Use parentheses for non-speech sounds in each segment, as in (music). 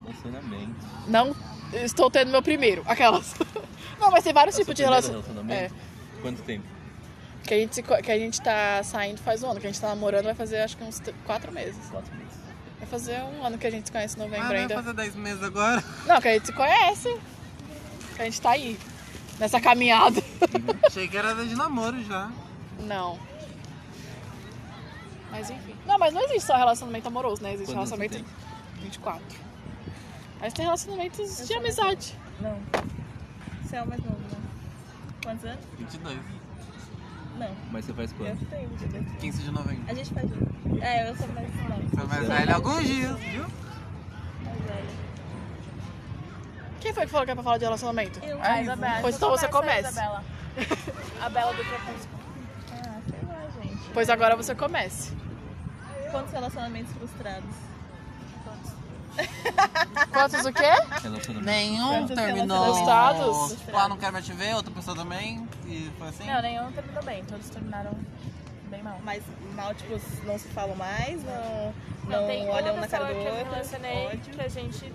relacionamento. Tipo Não estou tendo meu primeiro. Aquelas. (laughs) Não, mas tem vários tipos de relacionamento. relacionamento? é. Quanto tempo? Que a, gente, se co- que a gente tá saindo faz um ano. Que a gente tá namorando vai fazer acho que uns t- quatro meses. Quatro meses. Vai fazer um ano que a gente se conhece em novembro Ah, vai ainda. fazer 10 meses agora? (laughs) Não, que a gente se conhece. Que a gente tá aí. Nessa caminhada. (laughs) Achei que era de namoro já. Não. Mas enfim. Não, mas não existe só relacionamento amoroso, né? Existe Quantos você relacionamento 24. Mas tem relacionamentos de amizade. Não. Você é o mais novo, né? Quantos anos? 22. Não. Mas você faz Eu quanto? tenho 22. 15 de novembro. A gente faz. É, eu sou mais nova. Você vai velho alguns dias, viu? Mais velha. Quem foi que falou que é pra falar de relacionamento? Eu, Ah, a Isabela. pois Então então você começa, comece. Isabela. A Bela do Crepúsculo. Ah, sei lá, gente. Pois agora você comece. Quantos relacionamentos frustrados? Quantos o quê? Relacionamento. Nenhum Quantos terminou. relacionamentos? Tipo, ah, não quero mais te ver, outra pessoa também. E foi assim. Não, nenhum terminou bem, todos terminaram bem mal. Mas mal, tipo, não se falam mais, não, Não, não, tem olham uma na pessoa cara do que eu me outro. relacionei ódio. que a gente.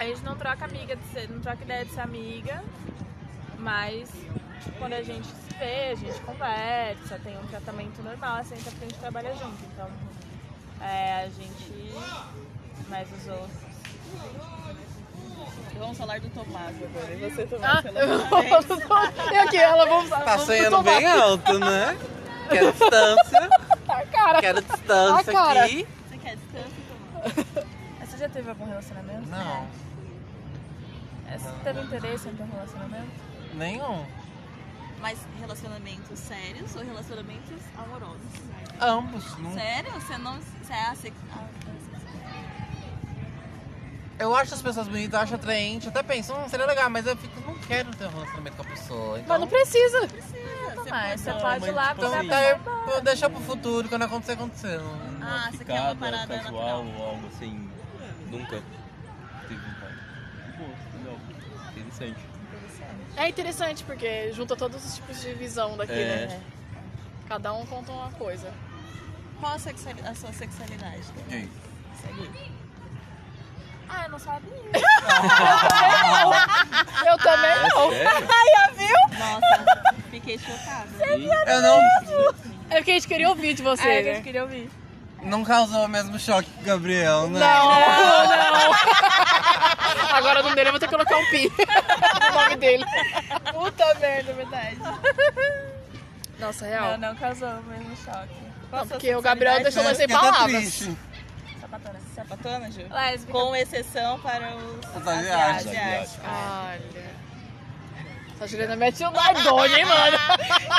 A gente não troca amiga de ser, não troca ideia de ser amiga, mas quando a gente se vê, a gente conversa, tem um tratamento normal, assim, até porque a gente trabalha junto, então é, a gente. Mas os outros. Vamos falar do Tomás agora. E você, Ah, Tomás? eu (laughs) E aqui, ela vamos. Tá sonhando bem alto, né? Quero distância. cara. Quero (laughs) A distância cara. aqui. Você quer distância, Tomás? Você já teve algum relacionamento? Não, É, Você teve interesse em ter um relacionamento? nenhum. Mas relacionamentos sérios ou relacionamentos amorosos? Ambos. Não. Sério? Você não. Você é assexual? Eu acho as pessoas bonitas, eu acho atraente. Até penso, hum, seria legal, mas eu fico, não quero ter um relacionamento com a pessoa. Então, Mas não precisa. Mas você Você pode ir lá então pegar a tá, pessoa. eu vou deixar pro futuro, quando acontecer, aconteceu. Ah, Uma você quer uma picada parada casual natural. ou algo assim. Nunca. Teve vontade. Pô, legal. Interessante. É interessante porque junta todos os tipos de visão daqui, É. né? Cada um conta uma coisa. Qual a, sexuali- a sua sexualidade? Gay. Ah, eu não sabia. Ah, Eu também não. Sério? Nossa, fiquei chocada. Eu não. É porque a gente queria ouvir de você, Ah, é que a gente né? queria (laughs) ouvir. Não causou o mesmo choque que o Gabriel, né? É, Não, não. Agora no dele eu vou ter que colocar um pi (laughs) no nome dele. é Puta merda, verdade. Nossa, Não, real. não causou o mesmo choque. Não, porque o Gabriel deixou nós Fiquei sem até palavras. triste. Sapatona. é Sapatona, Ju? Lésbica. Com exceção para os Os asiáticos. asiáticos. Olha. Essa Juliana mete o Nardone, hein, (laughs) mano?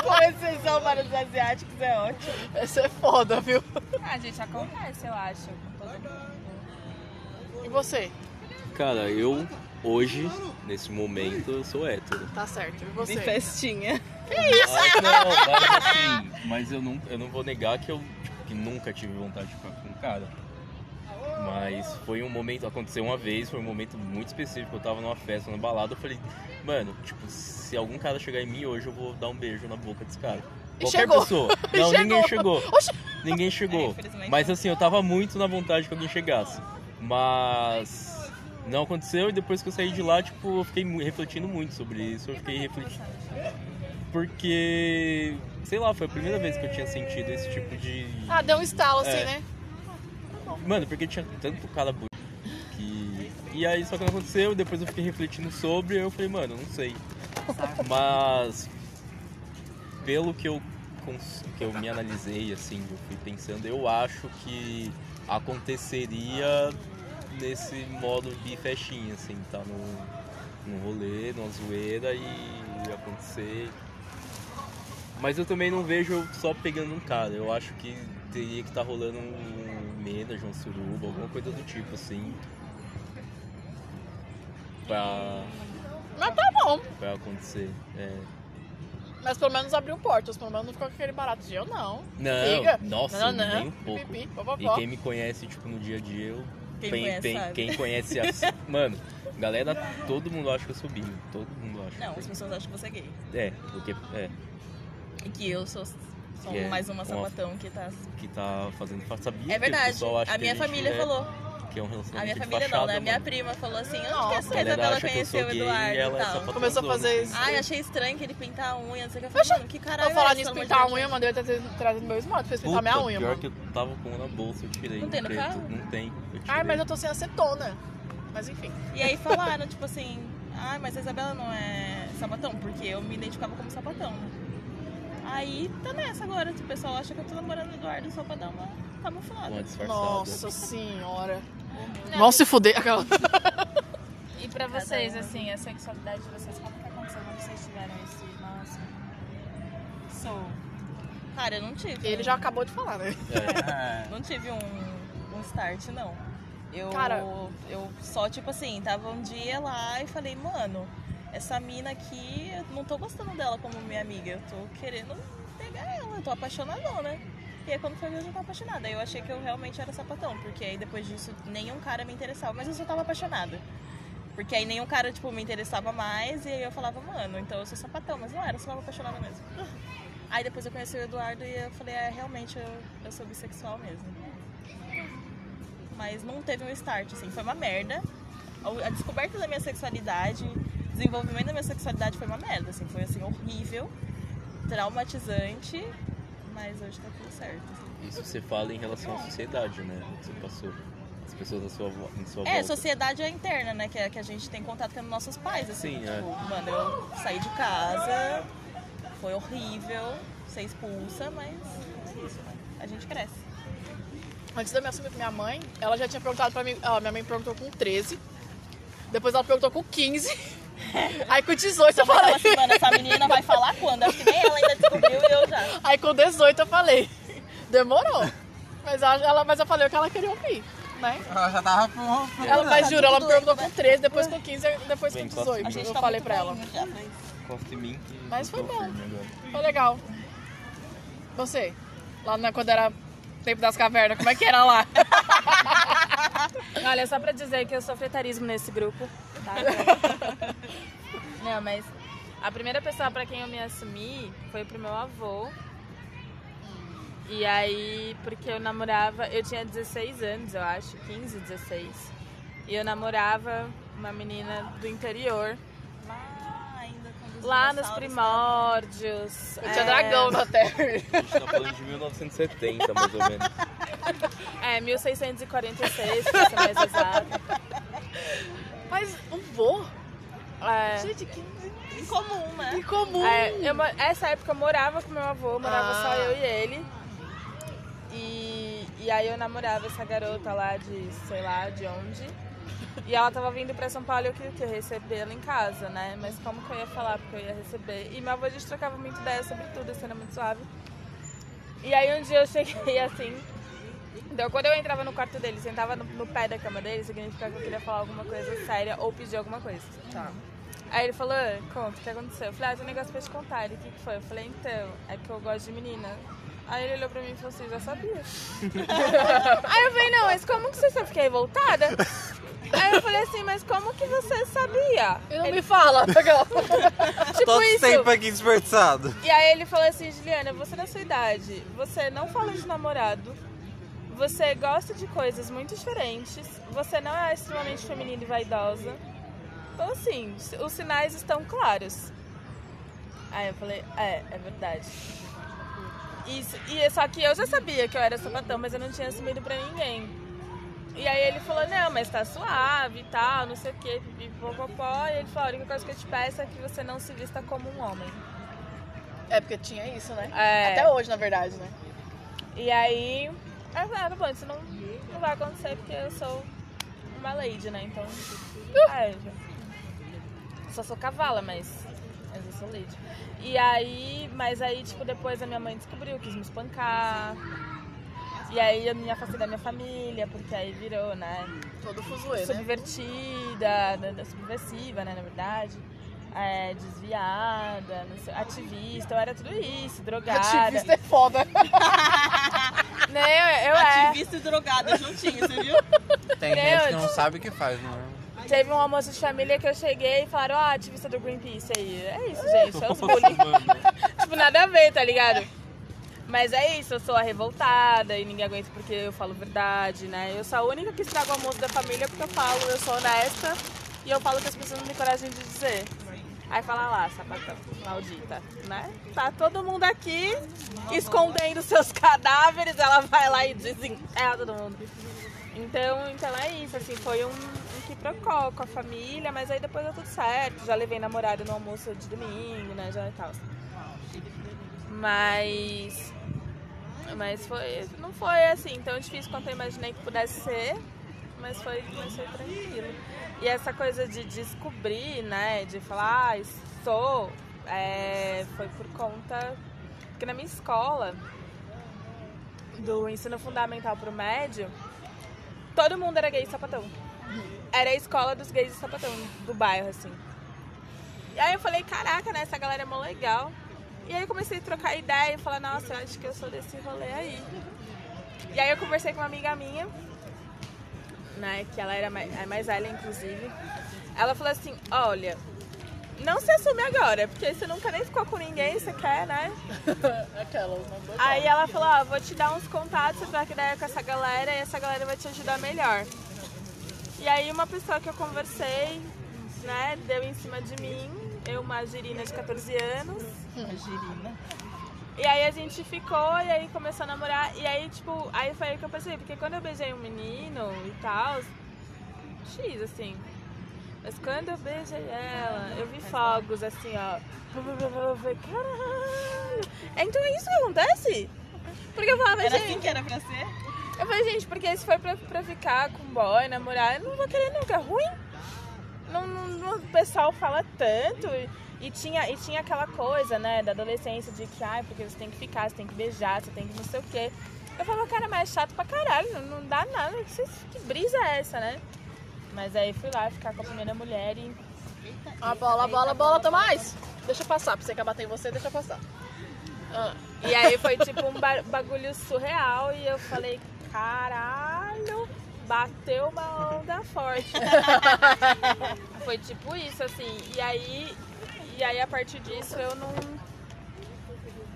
Com exceção para os asiáticos é ótimo. Essa é foda, viu? Ah, gente, acontece, eu acho. com todo mundo. E você? Cara, eu hoje, nesse momento, eu sou hétero. Tá certo. E De você? festinha. Ah, não, (laughs) mas assim, mas eu não, eu não vou negar que eu tipo, que nunca tive vontade de ficar com um cara. Mas foi um momento, aconteceu uma vez, foi um momento muito específico. Eu tava numa festa, numa balada, eu falei, mano, tipo, se algum cara chegar em mim hoje, eu vou dar um beijo na boca desse cara. E Qualquer chegou. pessoa. (laughs) E Não, ninguém chegou. chegou. (laughs) Ninguém chegou. É, infelizmente Mas não. assim, eu tava muito na vontade que alguém chegasse. Mas não aconteceu e depois que eu saí de lá, tipo, eu fiquei mu- refletindo muito sobre isso. Eu fiquei refletindo. Porque, sei lá, foi a primeira vez que eu tinha sentido esse tipo de. Ah, deu um estalo assim, É. né? Mano, porque tinha tanto cara bonito que. E aí só que não aconteceu, depois eu fiquei refletindo sobre, eu falei, mano, não sei. Mas pelo que eu, cons- que eu me analisei, assim, eu fui pensando, eu acho que aconteceria nesse modo de festinha, assim, tá no, no rolê, numa zoeira e acontecer. Mas eu também não vejo eu só pegando um cara, eu acho que teria que estar rolando um menage, um suruba, alguma coisa do tipo, assim. Pra, Mas tá bom. pra acontecer. É. Mas pelo menos abriu portas, pelo menos não ficou com aquele barato de eu não. Não, Liga. nossa, Não, não, nem um pouco. Pipi, E popopó. quem me conhece, tipo, no dia a dia, eu. Quem pen- conhece pen- sabe. quem conhece (laughs) a- Mano, galera, todo mundo acha que eu sou bi. Todo mundo acha. Não, as pessoas acham que você é gay. É, porque. É, E que eu sou, sou Que é mais uma uma- sapatão que tá. que tá fazendo. Sabia que o É verdade. pessoal acha A que minha gente família é- falou. que é um A minha relacionamento de família não, fachada, né? Minha mano. prima falou assim, onde que Nossa. essa A galera Isabela acha que eu sou conheceu o gay e Eduardo ela e é tal? sapatão Começou a zona. fazer isso. Ai, achei estranho que ele pintar a unha, não sei o que. Eu falei, Poxa, mano, que caralho Eu falar é esse, nisso, pelo pintar a amor de unha, eu Deus? mandei eu ter ter trazido meu esmalte, fez pintar Puta, minha unha, pior mano. que eu tava com um na bolsa, eu tirei. Não tem no preto. carro? Não tem. Eu tirei. Ai, mas eu tô sem acetona. Mas enfim. E aí falaram, tipo assim, ai, mas a Isabela não é sapatão, porque eu me identificava como sapatão, né? Aí tá nessa agora, tipo, o pessoal acha que eu tô namorando o Eduardo só pra dar uma Uma camuflada. disfarçada. Nossa senhora. Não, Vão se fuder. Aquela... (laughs) E pra Cada vocês, um. assim, a sexualidade de vocês, como que aconteceu quando vocês tiveram esse assim? lance? Sou. Cara, eu não tive. Ele já acabou de falar, né? É. Não tive um, um start, não. Eu, Cara. eu só, tipo assim, tava um dia lá e falei, mano, essa mina aqui, eu não tô gostando dela como minha amiga, eu tô querendo pegar ela, eu tô apaixonadão, né? E aí quando foi ver, eu já tava apaixonada. Aí Eu achei que eu realmente era sapatão, porque aí depois disso nenhum cara me interessava, mas eu só tava apaixonada. Porque aí nenhum cara, tipo, me interessava mais, e aí eu falava, mano, então eu sou sapatão, mas não era, eu só tava apaixonada mesmo. Aí depois eu conheci o Eduardo e eu falei, é, realmente eu, eu sou bissexual mesmo. Mas não teve um start, assim, foi uma merda. A- A descoberta da minha sexualidade, o desenvolvimento da minha sexualidade foi uma merda, assim, foi assim, horrível, traumatizante, mas hoje tá tudo certo. assim. Isso você fala em relação à sociedade, né? que Você passou. As pessoas à sua, vo- em sua É, volta. sociedade é interna, né? Que, é, que a gente tem contato com nossos pais, assim. Sim, tipo, é. mano, eu saí de casa, foi horrível, ser expulsa, mas é isso, né? A gente cresce. Antes de eu me assumir pra minha mãe, ela já tinha perguntado pra mim. ó, minha mãe perguntou com 13. Depois ela perguntou com 15. (laughs) Aí com 18 eu Fala falei. assim, mano, essa menina vai falar quando? Acho que nem ela ainda descobriu e eu já. Aí com 18 eu falei. Demorou. Mas, a- ela, mas eu falei o que ela queria ouvir, né? Ela já tava pro. É pro- Ela, mas juro, ela me tudo perguntou com 13, depois com 15, depois com Bem, 18. A gente Eu tá falei muito pra ela. bem já, mas- Costa em mim que. Mas eu tô foi bom. firme agora. Foi legal. Você, lá na, quando era tempo das cavernas, como é que era (laughs) lá? Olha, só pra dizer que eu sou fretarismo nesse grupo, tá? (laughs) Não, mas a primeira pessoa pra quem eu me assumi foi pro meu avô. E aí, porque eu namorava, eu tinha 16 anos, eu acho, 15, 16. E eu namorava uma menina do interior, Lá ainda com os lá nos dinossauros, primórdios. Eu tinha né? é, dragão na terra. A gente tá falando de 1970, mais ou (laughs) menos. É, 1646, pra ser mais exato. Mas um vô? É. Gente, que né? Incomum, né? incomum. É, eu mo- essa época eu morava com meu avô, morava Uh! Ah. só eu e ele. E, e aí eu namorava essa garota lá de sei lá de onde. E ela tava vindo pra São Paulo e eu queria o quê? Receber ela em casa, né? Mas como que eu ia falar? Porque eu ia receber. E meu avô a gente trocava muito ideia sobre tudo, isso era muito suave. E aí um dia eu cheguei (laughs) assim. Então quando eu entrava no quarto dele, sentava no, no pé da cama dele, significava que eu queria falar alguma coisa séria ou pedir alguma coisa. Aí ele falou, "Ah, conta, o que aconteceu? Eu falei, ah, tem um negócio pra te contar. Ele, o que, que foi? Eu falei, então, é que eu gosto de menina. Aí ele olhou pra mim e falou assim, já sabia. Aí eu falei, não, mas como que você sabe? Fiquei revoltada. Aí eu falei assim, mas como que você sabia? E não Ele- me fala. (laughs) tipo Todo isso. tempo aqui desperdiçado. E aí ele falou assim, Juliana, você da sua idade, você não fala de namorado, você gosta de coisas muito diferentes, você não é extremamente feminina e vaidosa. Então assim, os sinais estão claros. Aí eu falei, é, é verdade. Isso, e é só que eu já sabia que eu era sapatão, mas eu não tinha assumido pra ninguém. E aí ele falou, não, mas tá suave e tal, não sei o que, pipipopopó. E ele falou, a única coisa que eu te peço é que você não se vista como um homem. É porque tinha isso, né? É. Até hoje, na verdade, né? E aí, eu falei, ah, tá bom, isso não, não vai acontecer porque eu sou uma lady, né? Então, ah, eu já- só sou cavala, mas, mas eu sou lady. E aí, mas aí, tipo, depois a minha mãe descobriu, quis me espancar. E aí eu me afastei da minha família, porque aí virou, né? Todo fuzuê, né? subvertida, da- da- subversiva, né, na verdade. É, desviada, não sei, ativista, eu era tudo isso, drogada. Ativista é foda. (laughs) Né, eu era. Ativista e drogada juntinho, você viu? Tem Meu, gente que não tipo- sabe o que faz, né? Teve um almoço de família que eu cheguei e falaram, "Ah, ó, ativista (laughs) do Greenpeace aí. É isso, gente, é os bullying. tipo, nada a ver, tá ligado? Mas é isso, eu sou a revoltada e ninguém aguenta porque eu falo verdade, né? Eu sou a única que estraga o almoço da família porque eu falo, eu sou honesta e eu falo o que as pessoas não têm coragem de dizer. Aí fala lá, sapatão, maldita, né? Tá todo mundo aqui escondendo seus (laughs) cadáveres, ela vai lá e desenterra todo mundo. Então, então é isso, assim, foi um, um quiprocó com a família, mas aí depois deu tudo certo. Já levei namorado no almoço de domingo, né? Já e tal. Mas. Mas foi. Não foi assim tão difícil quanto eu imaginei que pudesse ser. Mas foi, mas foi tranquilo. E essa coisa de descobrir, né? De falar, ah, estou. é, foi por conta. Porque na minha escola, do ensino fundamental pro médio, todo mundo era gay e sapatão. Era a escola dos gays e sapatão do bairro, assim. E aí eu falei, caraca, né? Essa galera é mó legal. E aí eu comecei a trocar ideia e falar, nossa, eu acho que eu sou desse rolê aí. E aí eu conversei com uma amiga minha, né, que ela era mais, é mais velha, inclusive. Ela falou assim, olha, não se assume agora, porque você nunca nem ficou com ninguém, você quer, né? Aquela, mandou. Aí ela falou, ó, vou te dar uns contatos, você troca ideia com essa galera e essa galera vai te ajudar melhor. E aí uma pessoa que eu conversei, né, deu em cima de mim, eu uma girina de 14 anos. Girina. E aí a gente ficou, e aí começou a namorar, e aí, tipo, aí foi aí que eu pensei, porque quando eu beijei um menino e tal, X, assim. Mas quando eu beijei ela, eu vi fogos, assim, ó. Eu falei, caralho! Então é isso que acontece? Porque eu falava, Era gente... assim que era pra ser? Eu falei, gente, porque se for pra, pra ficar com boy, namorar, eu não vou querer nunca. Ruim. Não, não- não- o pessoal fala tanto. E, e tinha, e tinha aquela coisa, né, da adolescência de que, ai, porque você tem que ficar, você tem que beijar, você tem que não sei o quê. Eu falava, cara, mas é chato pra caralho, não, não dá nada. Que, vocês- que brisa é essa, né? Mas aí fui lá ficar com a primeira mulher e. A bola, a bola, a bola, Tomás! Deixa eu passar, pra você que eu bater em você, deixa eu passar. Ah, E aí foi tipo um ba- bagulho surreal e eu falei, caralho, bateu uma onda (laughs) forte. foi tipo isso, assim. E aí, e aí a partir disso eu não.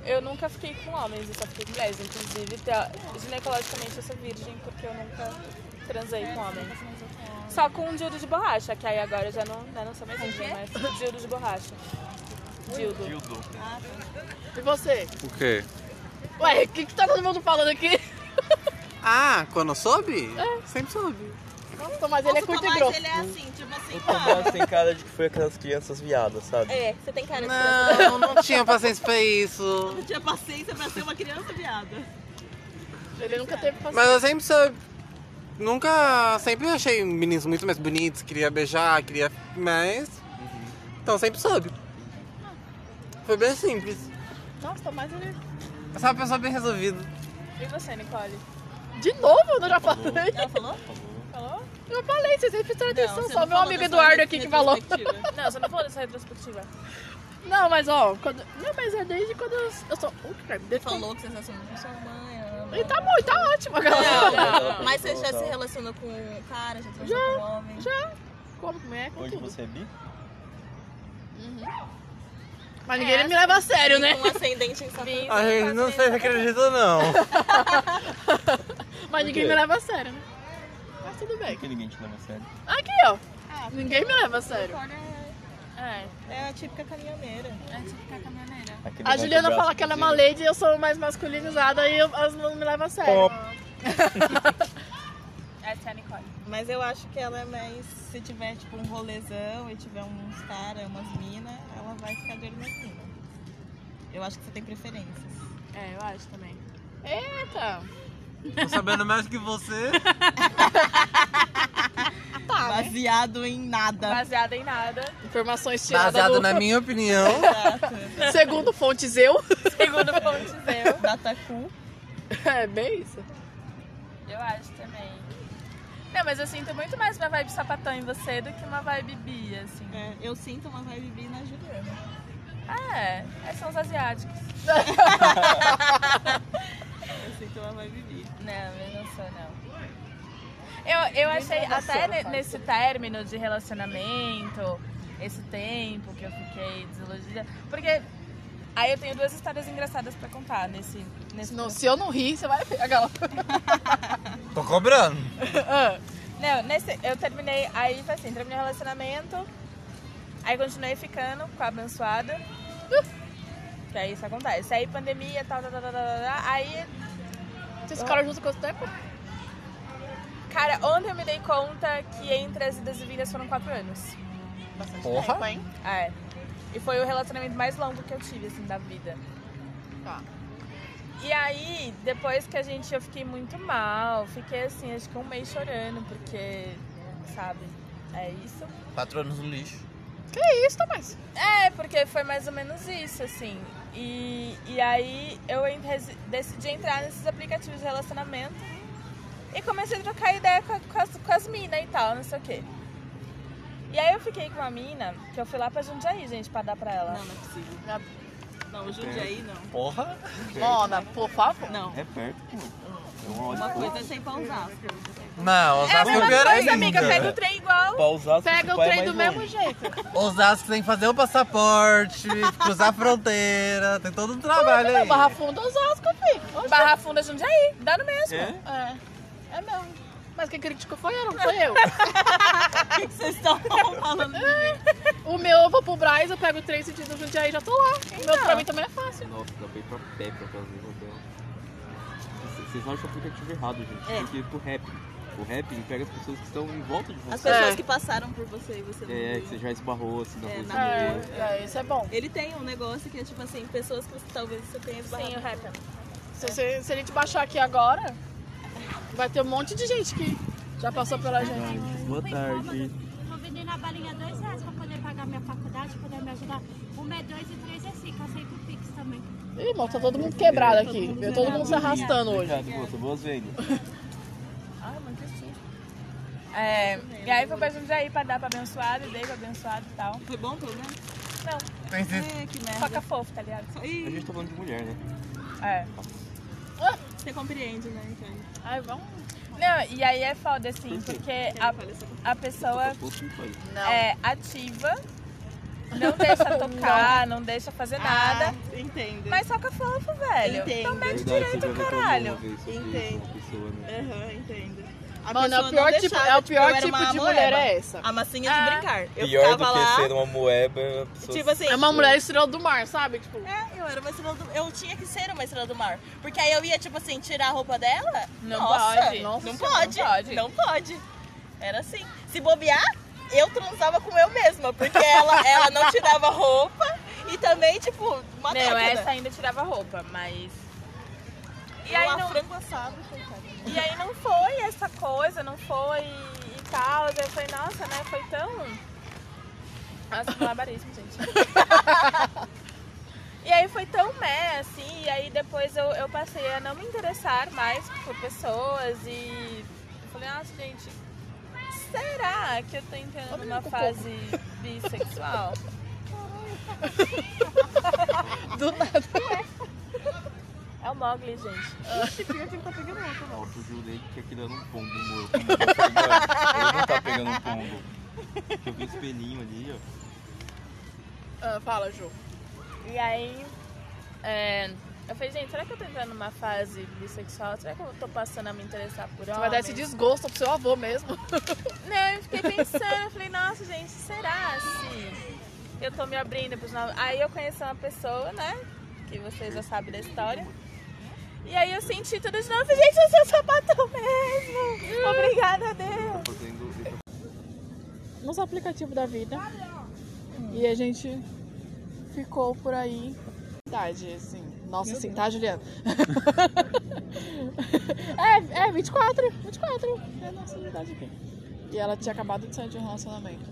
Eu nunca fiquei com homens, eu só fiquei com mulheres. Inclusive, te- ginecologicamente eu sou virgem porque eu nunca transei com homem. Só com um dildo de borracha, que aí agora eu já não, né, não sou mais virgem, (laughs) mas dildo de borracha. Dildo. Dildo. e você? O quê? Ué, o que, que tá todo mundo falando aqui? Ah, quando eu soube? É. Sempre soube. Nossa, Tomás, ele é Nossa, o curto e Tomás, grosso. ele é assim, tipo assim, O mano. Tomás Então, tem cara de que foi aquelas crianças viadas, sabe? É, você tem cara de criança. Não, não tinha paciência pra isso. Eu tinha paciência pra ser uma criança viada. Ele nunca teve paciência. Mas eu sempre soube. Nunca. Sempre achei meninos muito mais bonitos, queria beijar, queria. Mas. Uhum. Então sempre soube. Foi bem simples. Nossa, Tomás, ele... Eu sou uma pessoa bem resolvida. E você, Nicole? De novo, eu já Tá falei. Ela falou? Falou? Eu falei, vocês nem prestaram atenção, você só meu falou amigo da sua Eduardo aqui que falou. (laughs) retrospectiva. Não, você não falou dessa retrospectiva. (laughs) Não, mas ó, quando... Não, mas é desde quando eu, eu sou... Uh, cara, desde Falou que você se relacionou com sua mãe. ama. E tá bom, e tá ótimo, galera. (laughs) Não, Não, não. Mas você já se relacionou com um cara, já transou com um homem? Já. Como, como é, com Hoje tudo. você é bi? Mas ninguém É, me leva a sério, né? Com um ascendente em sapatão. A gente não sei se acredita ou não. Mas ninguém quê? me leva a sério, né? Mas tudo bem. Por que ninguém te leva a sério? Aqui, ó. Ninguém me leva a sério. É. Ah, É a típica caminhoneira. É. Aquele A negócio Juliana do braço fala que ela é uma cruzeiro. lady e eu sou mais masculinizada e eu- elas não me levam a sério. Ah, Pop. Essa é a Nicole. Mas eu acho que ela é mais. Se tiver tipo um rolezão e tiver uns caras, umas minas, ela vai ficar de olho nas minas. Eu acho que você tem preferências. É, eu acho também. Eita. Tô sabendo mais que você. Tá, né? Baseado em nada. Baseada em nada. (laughs) Informações tiradas Baseado do... (laughs) na minha opinião. Segundo fontes eu. (laughs) Segundo fontes eu. Dataku. É bem isso. Eu acho também. Não, mas eu sinto muito mais uma vibe sapatão em você do que uma vibe bi, assim. É, eu sinto uma vibe bem na Juliana. É, é, são os asiáticos. Eu sinto uma vibe bi. Não, eu não sou, não. Eu, eu achei, até ne- nesse término de relacionamento, esse tempo que eu fiquei desiludida, porque Aí eu tenho duas histórias engraçadas pra contar nesse. nesse Não, se eu não rir, você vai ver. Aquela. Tô cobrando. Ah, Não, nesse, eu terminei, aí foi assim, terminei o relacionamento, aí continuei ficando com a abençoada. Que aí isso acontece. Aí pandemia, tal, tal, tal, tal, tal, tal. Aí, Vocês ficaram juntos quanto tempo? cara, ontem eu me dei conta que entre as idas e vindas foram quatro anos. Porra. Tempo, hein? É. E foi o relacionamento mais longo que eu tive, assim, da vida. Tá. E aí, depois que a gente, eu fiquei muito mal, fiquei assim, acho que um mês chorando, porque, sabe, é isso. Quatro anos no lixo. Que isso, Tomás? É, porque foi mais ou menos isso, assim. E, e aí eu en- resi- decidi entrar nesses aplicativos de relacionamento e comecei a trocar ideia com, a- com as, com as minas e tal, não sei o quê. E aí eu fiquei com uma mina que eu fui lá pra Jundiaí, gente, pra dar pra ela. Não, não é possível. Não, o Jundiaí não. Porra. Mona, por favor. Não. É perto, pô. É uma Uma ótima coisa sem pausar. Não, É a Osasco mesma pior coisa, ainda. amiga, pega o trem igual. Pausar, se Pega o vai trem é mais do mesmo longe. jeito. Osasco tem que fazer o passaporte, cruzar a fronteira, tem todo um trabalho aí. Barra Funda Osasco, filho. Barra Funda, Jundiaí, dá no mesmo. É? É. É mesmo. Mas quem criticou foi eu, não foi eu. O que que vocês estão (laughs) falando de mim? o meu eu vou pro Braz, eu pego o trem sentido do Jundiaí e já tô lá. O meu Então. pra mim também é fácil. Nossa, dá pra ir pra pé pra fazer qualquer um. Vocês acham o aplicativo errado, gente. É. Tem que ir pro rap. O rap pega as pessoas que estão em volta de As você. pessoas É. que passaram por você e você não É, que viu. você já esbarrou assim na É, rua. na você vê. É, isso é bom. Ele tem um negócio que é tipo assim, pessoas que você- talvez você tenha esbarrado. Sim, o rapper. Se, você- se a gente baixar aqui agora, vai ter um monte de gente que já passou pela gente. Boa Fui tarde. incômoda. Vou vender na balinha dois reais pra poder pagar minha faculdade, poder me ajudar. Uma é dois e três é cinco. Aceito o Pix também. Ih, irmão, tá todo mundo quebrado aqui. Viu todo mundo se arrastando hoje. Obrigado, moça. Boas vendas. Ai, mano, que susto. É, e aí foi pra Jundiaí pra dar pra abençoado, dei pra abençoado e tal. Foi bom, pelo menos? Não, Tem que- É, que faca merda. fofa, tá ligado? A Ih, gente tá falando de mulher, né? É. você compreende, né? Então, Ai, vamos. Não, e aí é foda, assim, porque a, a pessoa Tá pouco, não faz. Não. é ativa, (laughs) não Ah. deixa tocar, não deixa fazer nada, Ah, entendo. mas soca fofa, velho. Entendo. Então Verdade, mete você já direito, reclamou uma caralho. vez sobre isso, Entendo. uma pessoa, né? Aham, entendo. A Mano, é pessoa o não pior tipo, deixava, é o pior eu era tipo uma de amoreba. mulher é essa. A massinha Ah. de brincar. Eu Pior do ficava que lá, ser uma moeba, a pessoa tipo assim... É uma mulher estrela do mar, sabe? Tipo, É, eu era uma estrela do... Eu tinha que ser uma estrela do mar. Porque aí eu ia, tipo assim, tirar a roupa dela. Não Nossa, pode. Não, Nossa, pode, não pode. Não pode. Era assim. Se bobear, eu transava com eu mesma. Porque (laughs) ela, ela não tirava roupa. E também, tipo, uma Não, década. essa ainda tirava roupa, mas. E aí, Ela não, frango assado, coitada. e aí não foi essa coisa, não foi e tal. Eu falei, nossa, né? Foi tão. Nossa, que labarismo, gente. (laughs) E aí foi tão meh, assim, e aí depois eu, eu passei a não me interessar mais por pessoas e eu falei, nossa, gente, será que eu tô entrando numa fase bissexual? (laughs) do nada. É o Mogli, gente. Não, eu jurei que aqui dando um pombo morto. Ele não tá pegando um pombo. Eu vi o espelhinho ali, ó. Ah, fala, Ju. E aí é, eu falei, gente, será que eu tô entrando numa fase bissexual? Será que eu tô passando a me interessar por homens? Vai dar esse desgosto pro seu avô mesmo. Não, eu fiquei pensando, eu falei, nossa, gente, será se eu tô me abrindo pros novos? Aí eu conheci uma pessoa, né? Que vocês já sabem da história. E aí eu senti tudo de novo, gente, eu sou sapatão mesmo. Obrigada a Deus. Fazendo. Nos aplicativos da vida. E a gente ficou por aí. Tarde, assim. Nossa, assim, tá, Juliana? (laughs) é, é, 24. 24. É a nossa idade aqui. E ela tinha acabado de sair de um relacionamento.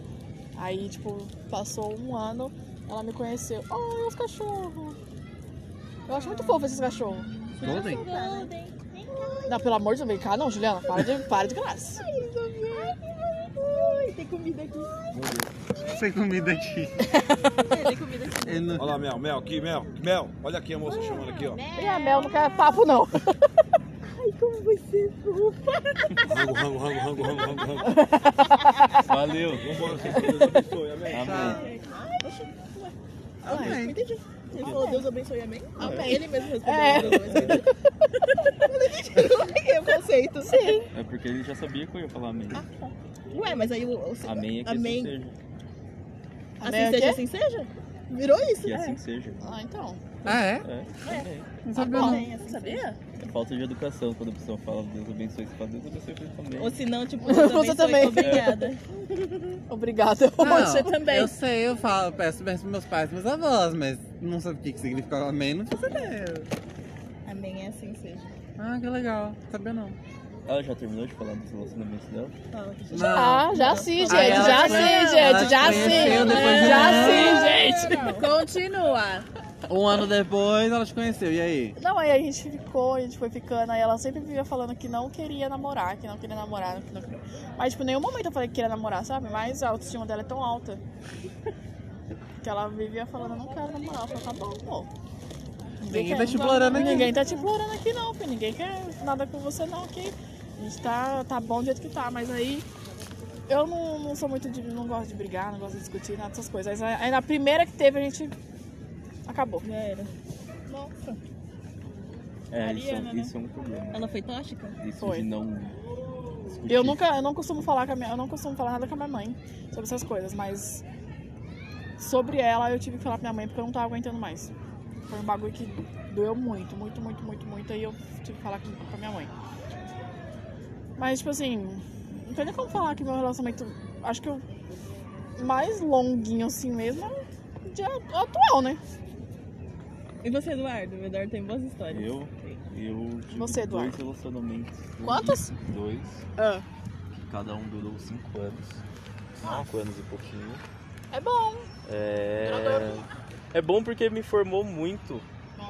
Aí, tipo, passou um ano, ela me conheceu. Ai, os cachorros. Eu acho muito fofo esses cachorros. Golden? né? Não, pelo amor de Deus, vem cá, não, Juliana, para de, para de graça. Sem comida aqui. Olha lá, Mel, Mel, aqui, Mel, Mel, olha aqui a moça chamando aqui, ó. E a Mel não quer papo, não. Rango, rango, rango, rango, rango, rango, rango. Valeu! Vambora, vocês, Deus abençoe, amém. Ah, Amém. é, Amém. Ele falou, Deus abençoe, amém. Amém. Ele (laughs) mesmo respondeu. É. Deus abençoe. (laughs) Eu conceito. Sim. É porque ele já sabia que eu ia falar amém. Ah, Ué, mas aí o. o- Amém é que Amém. assim seja. Assim Amém é o seja, quê? assim seja. Virou isso, Que né? assim seja. Ah, então. Ah, é? É, amém. Não Tá sabia bom. não. Você sabia? É falta de educação quando a pessoa fala Deus abençoe, você fala Deus abençoe você também. Ou se não, (laughs) tipo, Deus Você abençoe, também. (laughs) Obrigada. Obrigada. Não, Você também. Eu sei, eu falo, peço bênção pros meus pais e meus avós, mas não sabe o que, que significa amém, não faço ideia. Amém, é assim seja. Ah, que legal. Sabia não. Ela já terminou de falar dos relacionamentos dela? Fala que Não. Ah, já sim, gente. Aí ela já conheceu, sim, ela gente. Já conheceu depois sim. de Já um sim, gente. Continua. Um ano depois ela te conheceu, e aí? Não, aí a gente ficou, a gente foi ficando, aí ela sempre vivia falando que não queria namorar, que não queria namorar, que não queria... Mas, tipo, em nenhum momento eu falei que queria namorar, sabe? Mas a autoestima dela é tão alta. Que ela vivia falando, eu não quero namorar. Eu falei, tá bom, pô. Ninguém quer, tá te não explorando aqui. Ninguém tá te explorando aqui não, filho. Ninguém quer nada com você não aqui. A gente tá, tá bom do jeito que tá, mas aí... Eu não, não sou muito de... Não gosto de brigar, não gosto de discutir, nada dessas coisas. Aí, aí na primeira que teve, a gente... Acabou. Já era. Nossa. É, isso, é- Ariana, né? isso é um problema. Ela foi tóxica? Isso Foi. de não. E Eu nunca, eu não costumo falar com a minha, eu não costumo falar nada com a minha mãe sobre essas coisas, mas sobre ela eu tive que falar pra minha mãe porque eu não tava aguentando mais. Foi um bagulho que doeu muito, muito, muito, muito, muito, e eu tive que falar com, com a minha mãe. Mas tipo assim, não tem nem como falar que meu relacionamento, acho que o mais longuinho assim mesmo é o dia atual, né? E você, Eduardo? O Eduardo tem boas histórias. Eu? Eu tive Você, Eduardo. dois relacionamentos. Quantos? Dois. Ah. Cada um durou cinco anos. Cinco anos e pouquinho. É bom. É... é bom porque me formou muito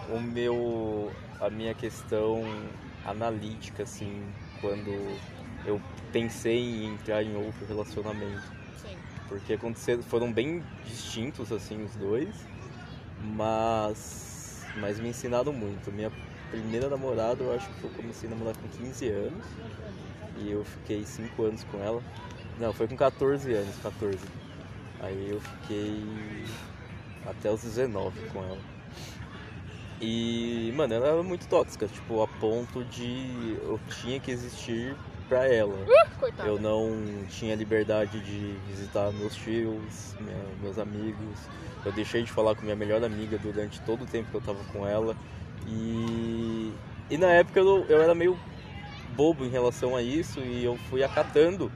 o meu a minha questão analítica assim, quando eu pensei em entrar em outro relacionamento. Sim. Porque aconteceram, foram bem distintos assim os dois, mas mas me ensinaram muito. Minha primeira namorada, eu acho que eu comecei a namorar com 15 anos e eu fiquei 5 anos com ela. Não, foi com 14 anos, 14. Aí eu fiquei até os 19 com ela. E, mano, ela era muito tóxica, tipo, a ponto de eu tinha que existir pra ela. Coitada. Eu não tinha liberdade de visitar meus tios, minha- meus amigos. Eu deixei de falar com minha melhor amiga durante todo o tempo que eu tava com ela. E, e na época eu, eu era meio bobo em relação a isso e eu fui acatando.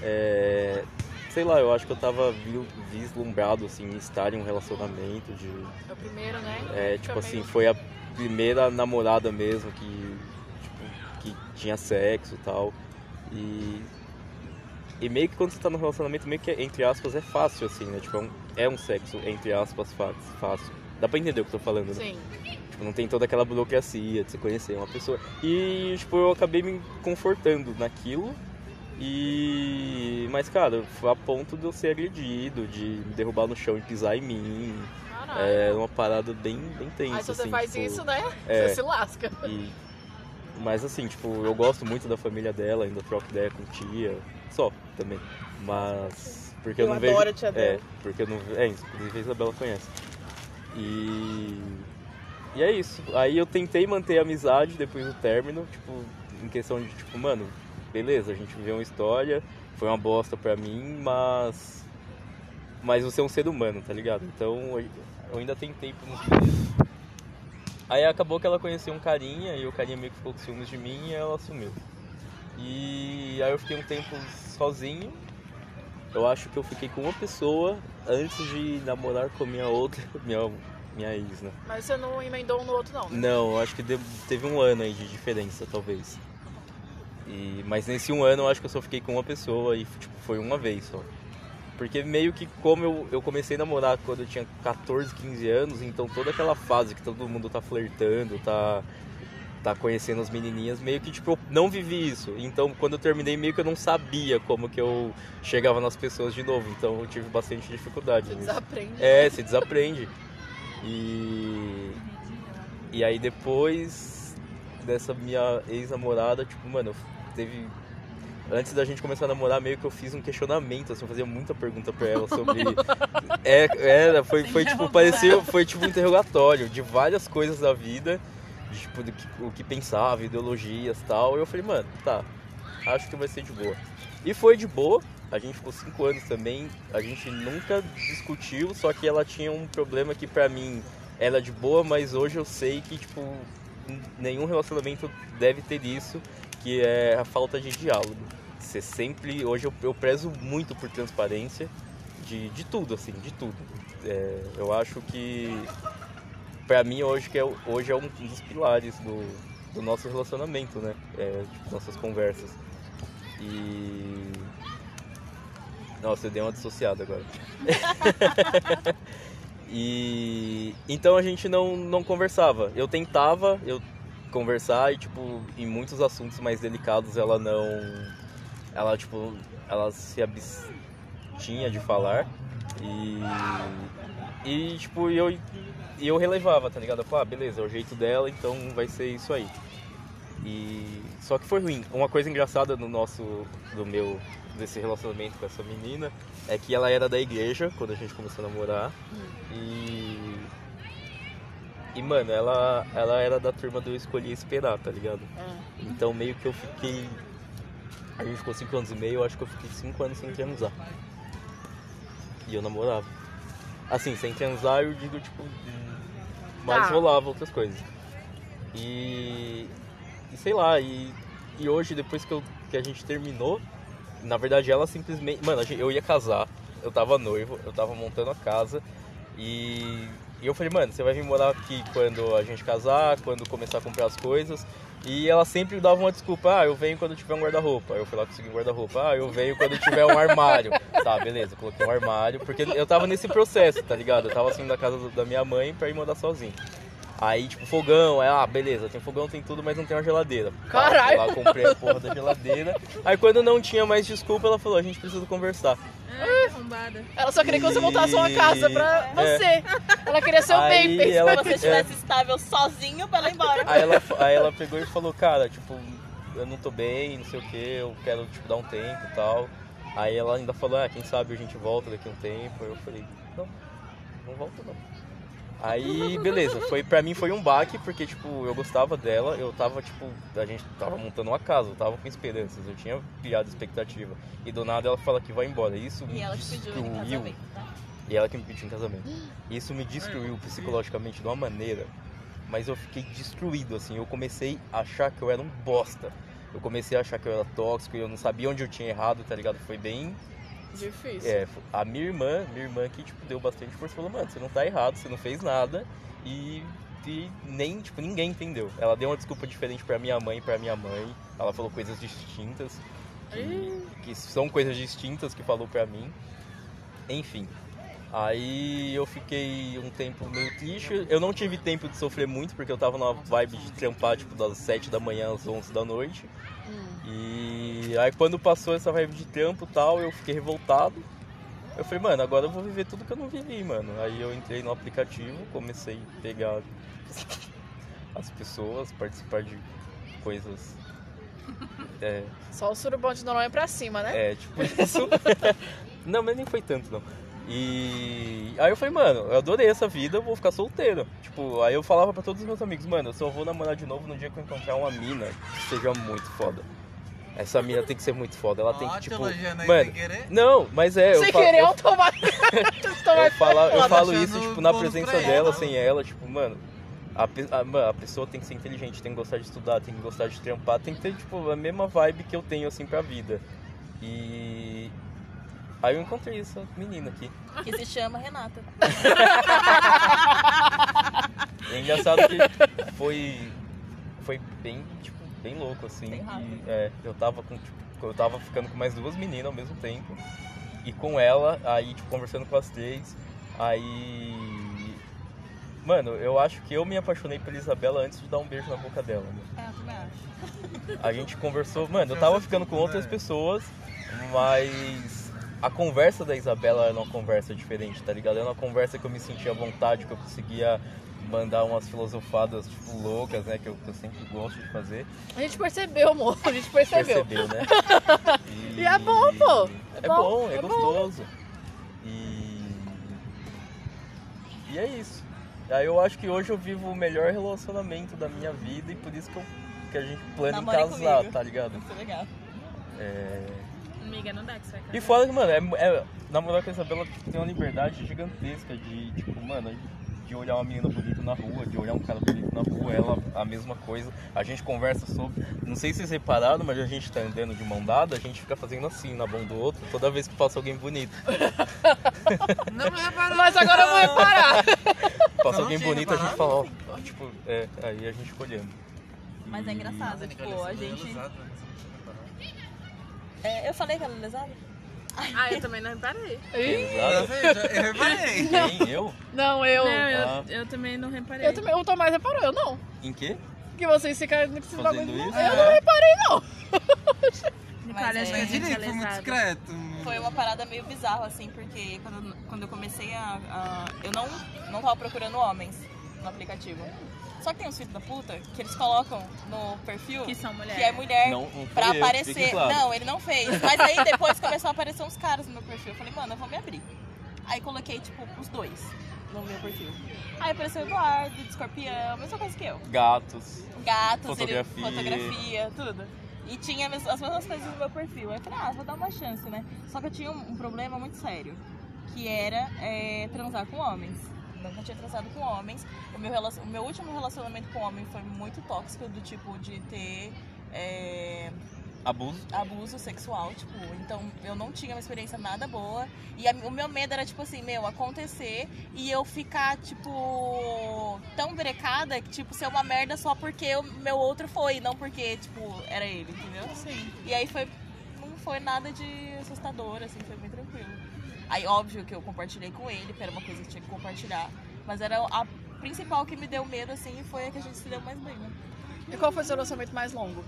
É, sei lá, eu acho que eu tava vi- vislumbrado assim, em estar em um relacionamento de É o primeiro, né? é, tipo assim, foi a primeira namorada mesmo que, tipo, que tinha sexo e tal. E, e meio que quando você tá num relacionamento, meio que, entre aspas, é fácil, assim, né? Tipo, é um, é um sexo, entre aspas, fa- fácil. Dá pra entender o que eu tô falando, né? Sim. Tipo, não tem toda aquela burocracia de se conhecer uma pessoa. E, tipo, eu acabei me confortando naquilo. E... Mas, cara, foi a ponto de eu ser agredido, de me derrubar no chão e pisar em mim. Caralho. É uma parada bem, bem tensa, Aí se você assim, faz tipo, isso, né? É. Você se lasca. e- Mas assim, tipo, eu gosto muito da família dela, ainda troco ideia com tia, só também. Mas. Porque eu, Eu não adoro vejo. a tia é, dela. porque eu não ve- É, inclusive a Isabela conhece. E. E é isso. Aí eu tentei manter a amizade depois do término, tipo, em questão de, tipo, mano, beleza, a gente viveu uma história, foi uma bosta pra mim, mas. Mas você é um ser humano, tá ligado? Então eu- eu ainda tentei por uns meses. Aí acabou que ela conheceu um carinha e o carinha meio que ficou com ciúmes de mim e ela sumiu. E aí eu fiquei um tempo sozinho. Eu acho que eu fiquei com uma pessoa antes de namorar com a minha outra, (laughs) minha, minha ex, né? Mas você não emendou um no outro não, né? Não, eu acho que de- teve um ano aí de diferença, talvez. E, mas nesse um ano eu acho que eu só fiquei com uma pessoa e tipo, foi uma vez só. Porque meio que como eu, eu comecei a namorar quando eu tinha 14, 15 anos, então toda aquela fase que todo mundo tá flertando, tá, tá conhecendo as menininhas, meio que tipo, eu não vivi isso. Então quando eu terminei, meio que eu não sabia como que eu chegava nas pessoas de novo. Então eu tive bastante dificuldade nisso. Desaprende. É, se desaprende. E. E aí depois dessa minha ex-namorada, tipo, mano, teve antes da gente começar a namorar, meio que eu fiz um questionamento, assim, eu fazia muita pergunta pra ela sobre. é, era, foi, foi tipo, pareceu, foi tipo um interrogatório de várias coisas da vida, de, tipo, do que, o que pensava, ideologias e tal. E eu falei, mano, tá, acho que vai ser de boa. E foi de boa, a gente ficou cinco anos também, a gente nunca discutiu, só que ela tinha um problema que pra mim era de boa, mas hoje eu sei que, tipo, n- nenhum relacionamento deve ter isso, que é a falta de diálogo. Você sempre. Hoje eu, eu prezo muito por transparência de, de tudo, assim, de tudo. É, eu acho que. Pra mim, hoje, que é, o- hoje é um dos pilares do, do nosso relacionamento, né? É, tipo, nossas conversas. E. Nossa, eu dei uma dissociada agora. (laughs) e. Então a gente não, não conversava. Eu tentava eu conversar e, tipo, em muitos assuntos mais delicados ela não. Ela, tipo, ela se abstinha de falar. E. E, tipo, eu, e eu relevava, tá ligado? Eu falava, ah, beleza, é o jeito dela, então vai ser isso aí. E só que foi ruim. Uma coisa engraçada no nosso do meu desse relacionamento com essa menina é que ela era da igreja quando a gente começou a namorar. E e mano, ela ela era da turma do eu escolhi esperar, tá ligado? Então meio que eu fiquei a gente ficou cinco anos e meio, eu acho que eu fiquei cinco anos sem transar. E eu namorava. Assim, sem transar eu digo tipo mas Tá. rolava outras coisas. E e sei lá, e, e hoje, depois que, eu- que a gente terminou, na verdade ela simplesmente. Mano, a gente- eu ia casar, eu tava noivo, eu tava montando a casa e, e eu falei, mano, você vai vir morar aqui quando a gente casar, quando começar a comprar as coisas. E ela sempre dava uma desculpa, ah, eu venho quando tiver um guarda-roupa. Eu fui lá conseguir um guarda-roupa, ah, eu venho quando tiver um armário. (laughs) Tá, beleza, eu coloquei um armário, porque eu tava nesse processo, tá ligado? Eu tava saindo da casa do- da minha mãe pra ir morar sozinho. Aí, tipo, fogão, é, ah, beleza, tem fogão, tem tudo, mas não tem uma geladeira. Tá, fui Caralho! Lá, comprei a porra da geladeira. Aí quando não tinha mais desculpa, ela falou, a gente precisa conversar. Ai, que arrombada. Ela só queria que você montasse uma casa pra É. você. Ela queria seu Aí baby. ela- Se você estivesse estável sozinho pra ela (laughs) ir embora. Aí ela, aí ela pegou e falou, cara, tipo, eu não tô bem, não sei o que, eu quero, tipo, dar um tempo e tal. Aí ela ainda falou, ah, quem sabe a gente volta daqui a um tempo. Aí eu falei, não, não volto não. Aí, beleza, foi, pra mim foi um baque, porque, tipo, eu gostava dela, eu tava, tipo, a gente tava montando uma casa, eu tava com esperanças, eu tinha criado expectativa. E do nada ela fala que vai embora, isso E ela te pediu em destruiu. casamento, tá? E ela que me pediu em casamento. Isso me destruiu psicologicamente de uma maneira, mas eu fiquei destruído, assim. Eu comecei a achar que eu era um bosta. Eu comecei a achar que eu era tóxico e eu não sabia onde eu tinha errado, tá ligado? Foi bem. Difícil. É, fo- a minha irmã, minha irmã que tipo, deu bastante força falou, mano, você não tá errado, você não fez nada. E, e nem, tipo, ninguém entendeu. Ela deu uma desculpa diferente pra minha mãe e pra minha mãe. Ela falou coisas distintas. Que, que são coisas distintas que falou pra mim. Enfim. Aí eu fiquei um tempo meio triste. Eu não tive tempo de sofrer muito, porque eu tava numa vibe de trampar, tipo, das 7 da manhã às 11 da noite. E aí quando passou essa vibe de trampo e tal, eu fiquei revoltado. Eu falei, mano, agora eu vou viver tudo que eu não vivi, mano. Aí eu entrei no aplicativo, comecei a pegar (laughs) as pessoas, participar de coisas. É, Só o surubão de Noronha pra cima, né? é, tipo isso. (laughs) não, mas nem foi tanto, não. E aí eu falei, mano, eu adorei essa vida, eu vou ficar solteiro. Tipo, aí eu falava pra todos os meus amigos, mano, eu só vou namorar de novo no dia que eu encontrar uma mina que seja muito foda. Essa mina tem que ser muito foda, ela tem que, tipo... mano, querer. não, mas é, eu, Sem fa- querer, eu, eu tomar. eu, fala- eu Ela tá falo achando isso, tipo, na bônus pra presença ela. dela, sem ela, tipo, mano... A, pe- a- mano, a pessoa tem que ser inteligente, tem que gostar de estudar, tem que gostar de trampar, tem que ter, tipo, a mesma vibe que eu tenho, assim, pra vida. E... Aí eu encontrei essa menina aqui. Que se chama Renata. É engraçado que foi. Foi bem, tipo, bem louco, assim. Bem rápido. E, é, eu tava com, tipo, eu tava ficando com mais duas meninas ao mesmo tempo. E com ela, aí, tipo, conversando com as três. Aí. Mano, eu acho que eu me apaixonei pela Isabela antes de dar um beijo na boca dela. né? Ah, É, eu também acho. A gente conversou. Mano, eu tava ficando com outras pessoas, mas. A conversa da Isabela era uma conversa diferente, tá ligado? Era uma conversa que eu me sentia à vontade, que eu conseguia mandar umas filosofadas, tipo, loucas, né? Que eu, que eu sempre gosto de fazer. A gente percebeu, amor. A gente percebeu. Percebeu, né? (laughs) E é bom, pô. É, É bom, bom, é, é bom. gostoso. E... e é isso. Aí eu acho que hoje eu vivo o melhor relacionamento da minha vida e por isso que, eu- que a gente plana em Namorem casar, comigo. tá ligado? Isso é legal. É... Amiga, não dá que você vai E fora que, mano, é, é, na moral que a Isabela tipo, tem uma liberdade gigantesca de, tipo, mano, de olhar uma menina bonita na rua, de olhar um cara bonito na rua, ela a mesma coisa. A gente conversa sobre. Não sei se vocês repararam, mas a gente tá andando de mão dada, a gente fica fazendo assim na mão do outro toda vez que passa alguém bonito. é Não, não reparou. Mas agora eu vou reparar. Passa não alguém tinha bonito, a gente reparado. fala, ó, ó, tipo, é, aí a gente fica olhando. Mas é E- engraçado, tipo, a gente. Não É, eu falei que ela é lesada? Ah, eu também não reparei. Ih, é Exato. sei, eu reparei. Quem? Eu? Não, eu. Não, eu, Ah. eu também não reparei. Eu também, o Tomás reparou, eu não. Em quê? Que vocês ficaram com esse bagulho. Fazendo não. isso? Eu É. não reparei, não. Nicole, acho que a é- gente é lesada. discreto. Foi uma parada meio bizarra, assim, porque quando, quando eu comecei a, a- Eu não, não tava procurando homens no aplicativo. Só que tem uns filhos da puta que eles colocam no perfil Que são mulheres. que é mulher Não, não fui pra eu, fique aparecer. claro. Não, ele não fez. Mas aí depois começou a aparecer uns caras no meu perfil. Eu falei, mano, eu vou me abrir. Aí coloquei, tipo, os dois no meu perfil. Aí apareceu Eduardo, de escorpião, mesma coisa que eu. Gatos. Gatos, Fotografia. Ele, fotografia, tudo. E tinha mes- as mesmas coisas no meu perfil. Aí eu falei, ah, vou dar uma chance, né? Só que eu tinha um um problema muito sério, que era é, transar com homens. Nunca tinha transado com homens. O meu, relacion- o meu último relacionamento com homem foi muito tóxico, do tipo de ter é, Abuso. abuso sexual, tipo, então eu não tinha uma experiência nada boa. E a- o meu medo era, tipo assim, meu, acontecer e eu ficar, tipo, tão brecada que, tipo, ser uma merda só porque o meu outro foi, não porque, tipo, era ele, entendeu? Sim. E aí foi. Não foi nada de assustador, assim, foi bem tranquilo. Aí, óbvio que eu compartilhei com ele, que era uma coisa que tinha que compartilhar. Mas era a principal que me deu medo, assim, e foi a que a gente se deu mais bem, né? E qual foi o seu lançamento mais longo?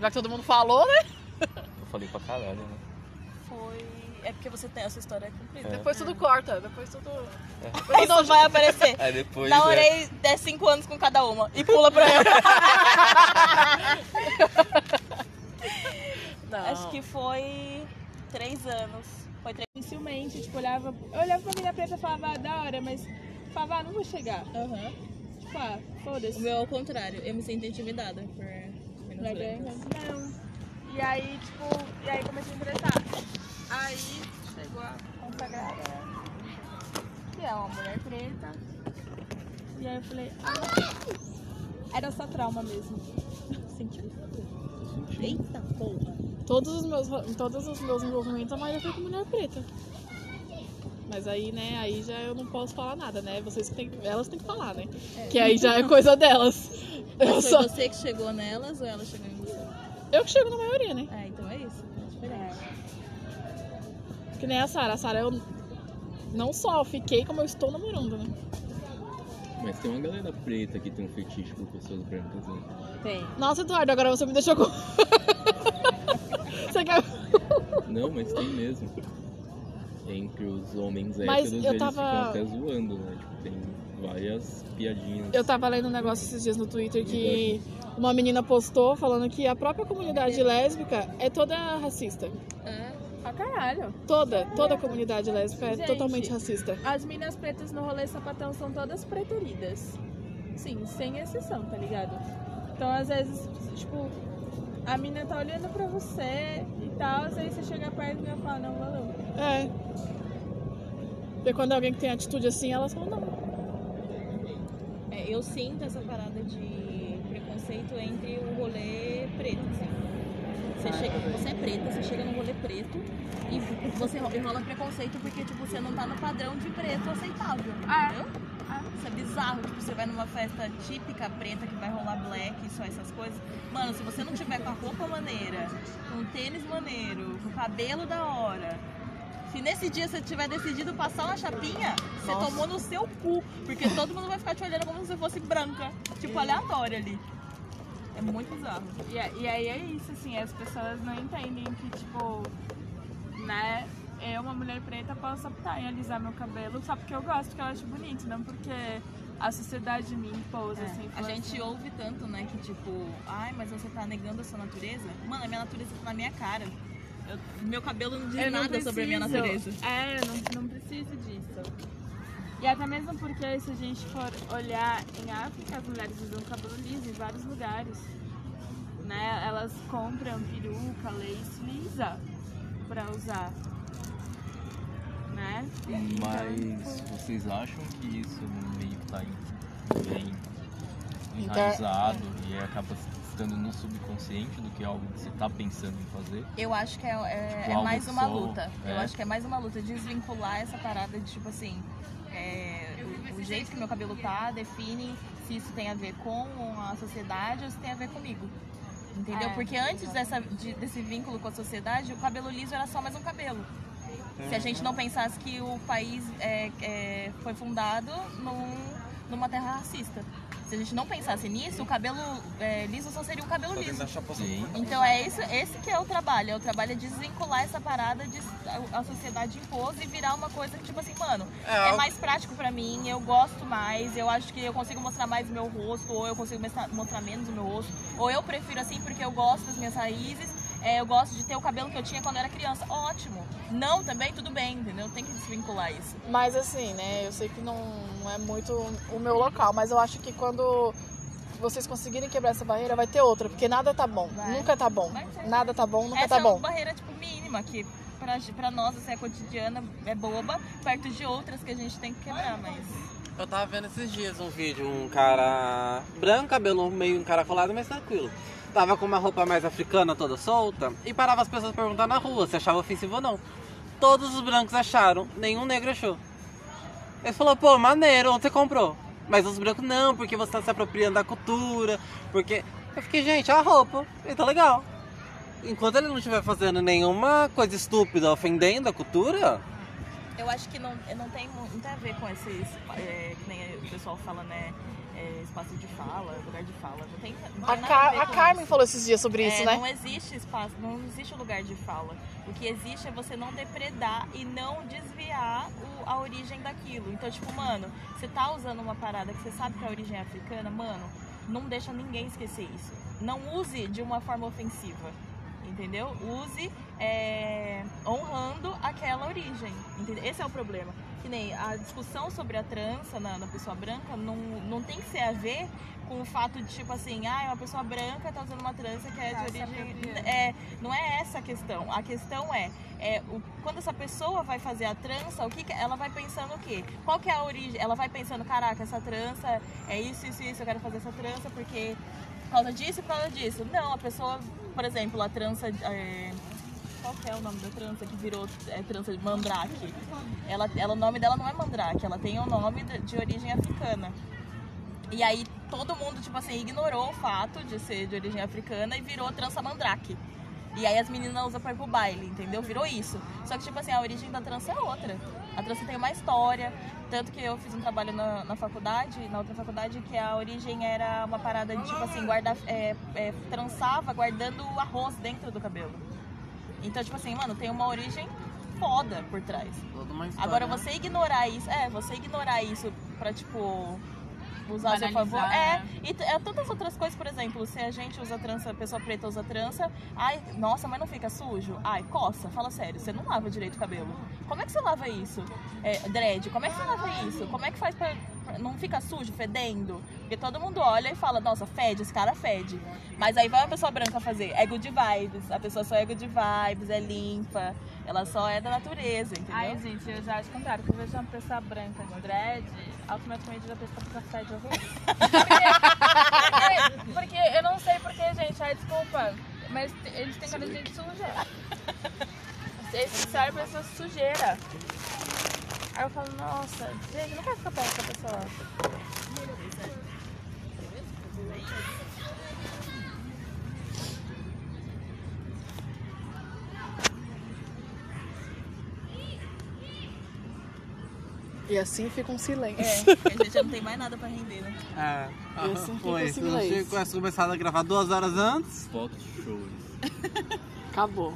Já que todo mundo falou, né? Eu falei pra caralho, né? Foi. É porque você tem essa história cumprida. É. Depois tudo corta, depois tudo. Aí não vai (laughs) aparecer. Aí depois. é, Namorei 10, 5 anos com cada uma e pula pra ela. Não. Acho que foi 3 anos. Foi 3 Dificilmente, tipo, olhava, eu olhava pra menina preta e falava, ah, da hora, mas falava, ah, não vou chegar. Tipo, ah, O foda-se. meu ao contrário, eu me sinto intimidada por meninas Vai ganhar. brancas. Não. E aí, tipo, e aí comecei a interessar. Aí chegou a consagrada, né? Que é uma mulher preta. E aí eu falei, ah, era só trauma mesmo. Senti. Eita porra. Todos os meus, todos os meus envolvimentos, a maioria foi com mulher preta. Mas aí, né, aí já eu não posso falar nada, né? Vocês que tem, elas têm que falar, né? Que aí já é coisa delas. Eu Foi só, você que chegou nelas ou elas chegaram em você? eu que chego na maioria, né? Ah, então é isso. É diferente. Que nem a Sara, a Sara eu não só fiquei como eu estou namorando, né? Mas tem uma galera preta que tem um fetiche por pessoas brancas, né? Tem. Nossa, Eduardo, agora você me deixou com (laughs) Você quer Não, mas tem mesmo. Entre os homens Mas héteros, eu eles ficam tava- até zoando, né? Tipo, tem várias piadinhas. Eu tava lendo um negócio esses dias no Twitter que uma menina postou falando que a própria comunidade lésbica é toda racista. Ah, caralho. Toda, toda a comunidade lésbica é Gente. totalmente racista. As minas pretas no rolê sapatão são todas preteridas. Sim, sem exceção, tá ligado? Então, às vezes, tipo, a mina tá olhando pra você e tal, aí você chega perto e ela fala, não, valeu. É. Porque quando alguém que tem atitude assim, elas falam, não. É, eu sinto essa parada de preconceito entre o rolê preto, assim. Você, chega, você é preta, você chega no rolê preto e você ro- e rola preconceito porque tipo, você não tá no padrão de preto aceitável, Ah, entendeu? Isso é bizarro, tipo, você vai numa festa típica preta que vai rolar black e só essas coisas. Mano, se você não tiver com a roupa maneira, com o tênis maneiro, com o cabelo da hora, se nesse dia você tiver decidido passar uma chapinha, você Nossa. tomou no seu cu. Porque todo mundo vai ficar te olhando como se você fosse branca. Tipo, aleatório ali. É muito bizarro. E, a- e aí é isso, assim, as pessoas não entendem que, tipo, né, eu, uma uma mulher preta, posso optar em alisar meu cabelo só porque eu gosto, porque eu acho bonito, não porque a sociedade me impôs, É, assim. a falou gente assim, ouve tanto, né, que tipo, ai, mas você tá negando a sua natureza? Mano, a minha natureza tá na minha cara. Eu- meu cabelo não diz É, Eu não nada sobre a minha preciso. natureza. É, eu não, não preciso disso. E até mesmo porque se a gente for olhar em África, as mulheres usam cabelo liso em vários lugares. Né? Elas compram peruca, lace lisa pra usar. Né? Então, Mas vocês acham que isso meio que tá aí bem Então- enraizado e acaba estando no subconsciente do que algo que você tá pensando em fazer? Eu acho que é, é- Tipo, é algo mais uma só, luta. Eu é. acho que é mais uma luta desvincular essa parada de tipo assim. é, o, o jeito que meu cabelo tá define se isso tem a ver com a sociedade ou se tem a ver comigo. Entendeu? É, Porque antes dessa, de- desse vínculo com a sociedade, o cabelo liso era só mais um cabelo. Se a gente não pensasse que o país é, é, foi fundado num, numa terra racista. Se a gente não pensasse nisso, o cabelo é, liso só seria um cabelo liso. Sim. Então é isso, esse que é o trabalho. É o trabalho é desvincular essa parada de a, a sociedade impôs e virar uma coisa que, tipo assim, mano, é, mais prático pra mim, eu gosto mais, eu acho que eu consigo mostrar mais o meu rosto, ou eu consigo mostrar, mostrar menos o meu rosto, ou eu prefiro assim porque eu gosto das minhas raízes. é, eu gosto de ter o cabelo que eu tinha quando eu era criança. Ótimo. Não, também tudo bem, entendeu? Tem que desvincular isso. Mas assim, né? Eu sei que não é muito o meu local, mas eu acho que quando vocês conseguirem quebrar essa barreira, vai ter outra, porque nada tá bom. Vai. Nunca tá bom. Vai ter. Nada tá bom, nunca é Essa tá é bom. uma barreira, tipo, mínima, que pra, pra nós, assim, é cotidiana, é boba, perto de outras que a gente tem que quebrar, mas... Eu tava vendo esses dias um vídeo, um cara branco, cabelo meio encaracolado, mas tranquilo. Tava com uma roupa mais africana toda solta e parava as pessoas perguntando na rua se achava ofensivo ou não. Todos os brancos acharam, nenhum negro achou. Ele falou, pô, maneiro, onde você comprou? Mas os brancos não, porque você tá se apropriando da cultura, porque. Eu fiquei, gente, a roupa, ele tá legal. Enquanto ele não estiver fazendo nenhuma coisa estúpida ofendendo a cultura, Eu acho que não, não tem muito a ver com esses. É, que nem o pessoal fala, né? é, espaço de fala, lugar de fala. Não tem, não A, tem nada Ca- ver a com Carmen isso. falou esses dias sobre É, isso, né? Não existe espaço, não existe lugar de fala. O que existe é você não depredar e não desviar o- a origem daquilo. Então, tipo, mano, você tá usando uma parada que você sabe que a origem é africana, mano, não deixa ninguém esquecer isso. Não use de uma forma ofensiva. Entendeu? Use é, honrando aquela origem. entende? Esse é o problema. Que nem a discussão sobre a trança na, na pessoa branca não, não tem que ser a ver com o fato de, tipo assim, ah, é uma pessoa branca tá usando uma trança que é Tá de se origem. apropriando. É, não é essa a questão. A questão é, é o- quando essa pessoa vai fazer a trança, o que, que- ela vai pensando o quê? Qual que é a origem? Ela vai pensando, caraca, essa trança é isso, isso, isso, eu quero fazer essa trança porque por causa disso e por causa disso. Não, a pessoa, por exemplo, a trança. é, qual que é o nome da trança que virou é, trança de mandrake? Ela, ela, o nome dela não é mandrake, ela tem o nome de- de origem africana. E aí todo mundo, tipo assim, ignorou o fato de ser de origem africana e virou trança mandrake. E aí as meninas usam pra ir pro baile, entendeu? Virou isso. Só que, tipo assim, a origem da trança é outra. A trança tem uma história. Tanto que eu fiz um trabalho na, na faculdade, na outra faculdade, que a origem era uma parada de, tipo assim, guarda, é, é, trançava guardando o arroz dentro do cabelo. Então, tipo assim, mano, tem uma origem foda por trás. toda uma história. né? Agora você ignorar isso, é, você ignorar isso pra tipo usar a seu Banalizar, favor. É, né? e t- é, tantas outras coisas, por exemplo, se a gente usa trança, a pessoa preta usa trança, ai, nossa, mas não fica sujo? Ai, coça, fala sério, você não lava direito o cabelo. Como é que você lava isso? É, dread, como é que você lava isso? Como é que faz pra, pra- não fica sujo, fedendo? Porque todo mundo olha e fala, nossa, fede, esse cara fede. Mas aí vai uma pessoa branca fazer, é good vibes, a pessoa só é good vibes, é limpa, ela só é da natureza, entendeu? Ai, gente, eu já acho é o contrário. Quando eu vejo uma pessoa branca de dread, automaticamente eu já penso que ela sai de horror. Porque, porque- porque eu não sei porquê, gente. Ai, desculpa. Mas t- eles têm cara de gente suja. Eles servem pra essa é sujeira. Aí eu falo, nossa, gente, eu não quero ficar perto da pessoa. E assim fica um silêncio. É, porque a gente já não tem mais nada pra render, né? É. Eu sempre Foi. consigo Se não ler tinha isso. começado a gravar duas horas antes. É. Fotos, shows. Acabou.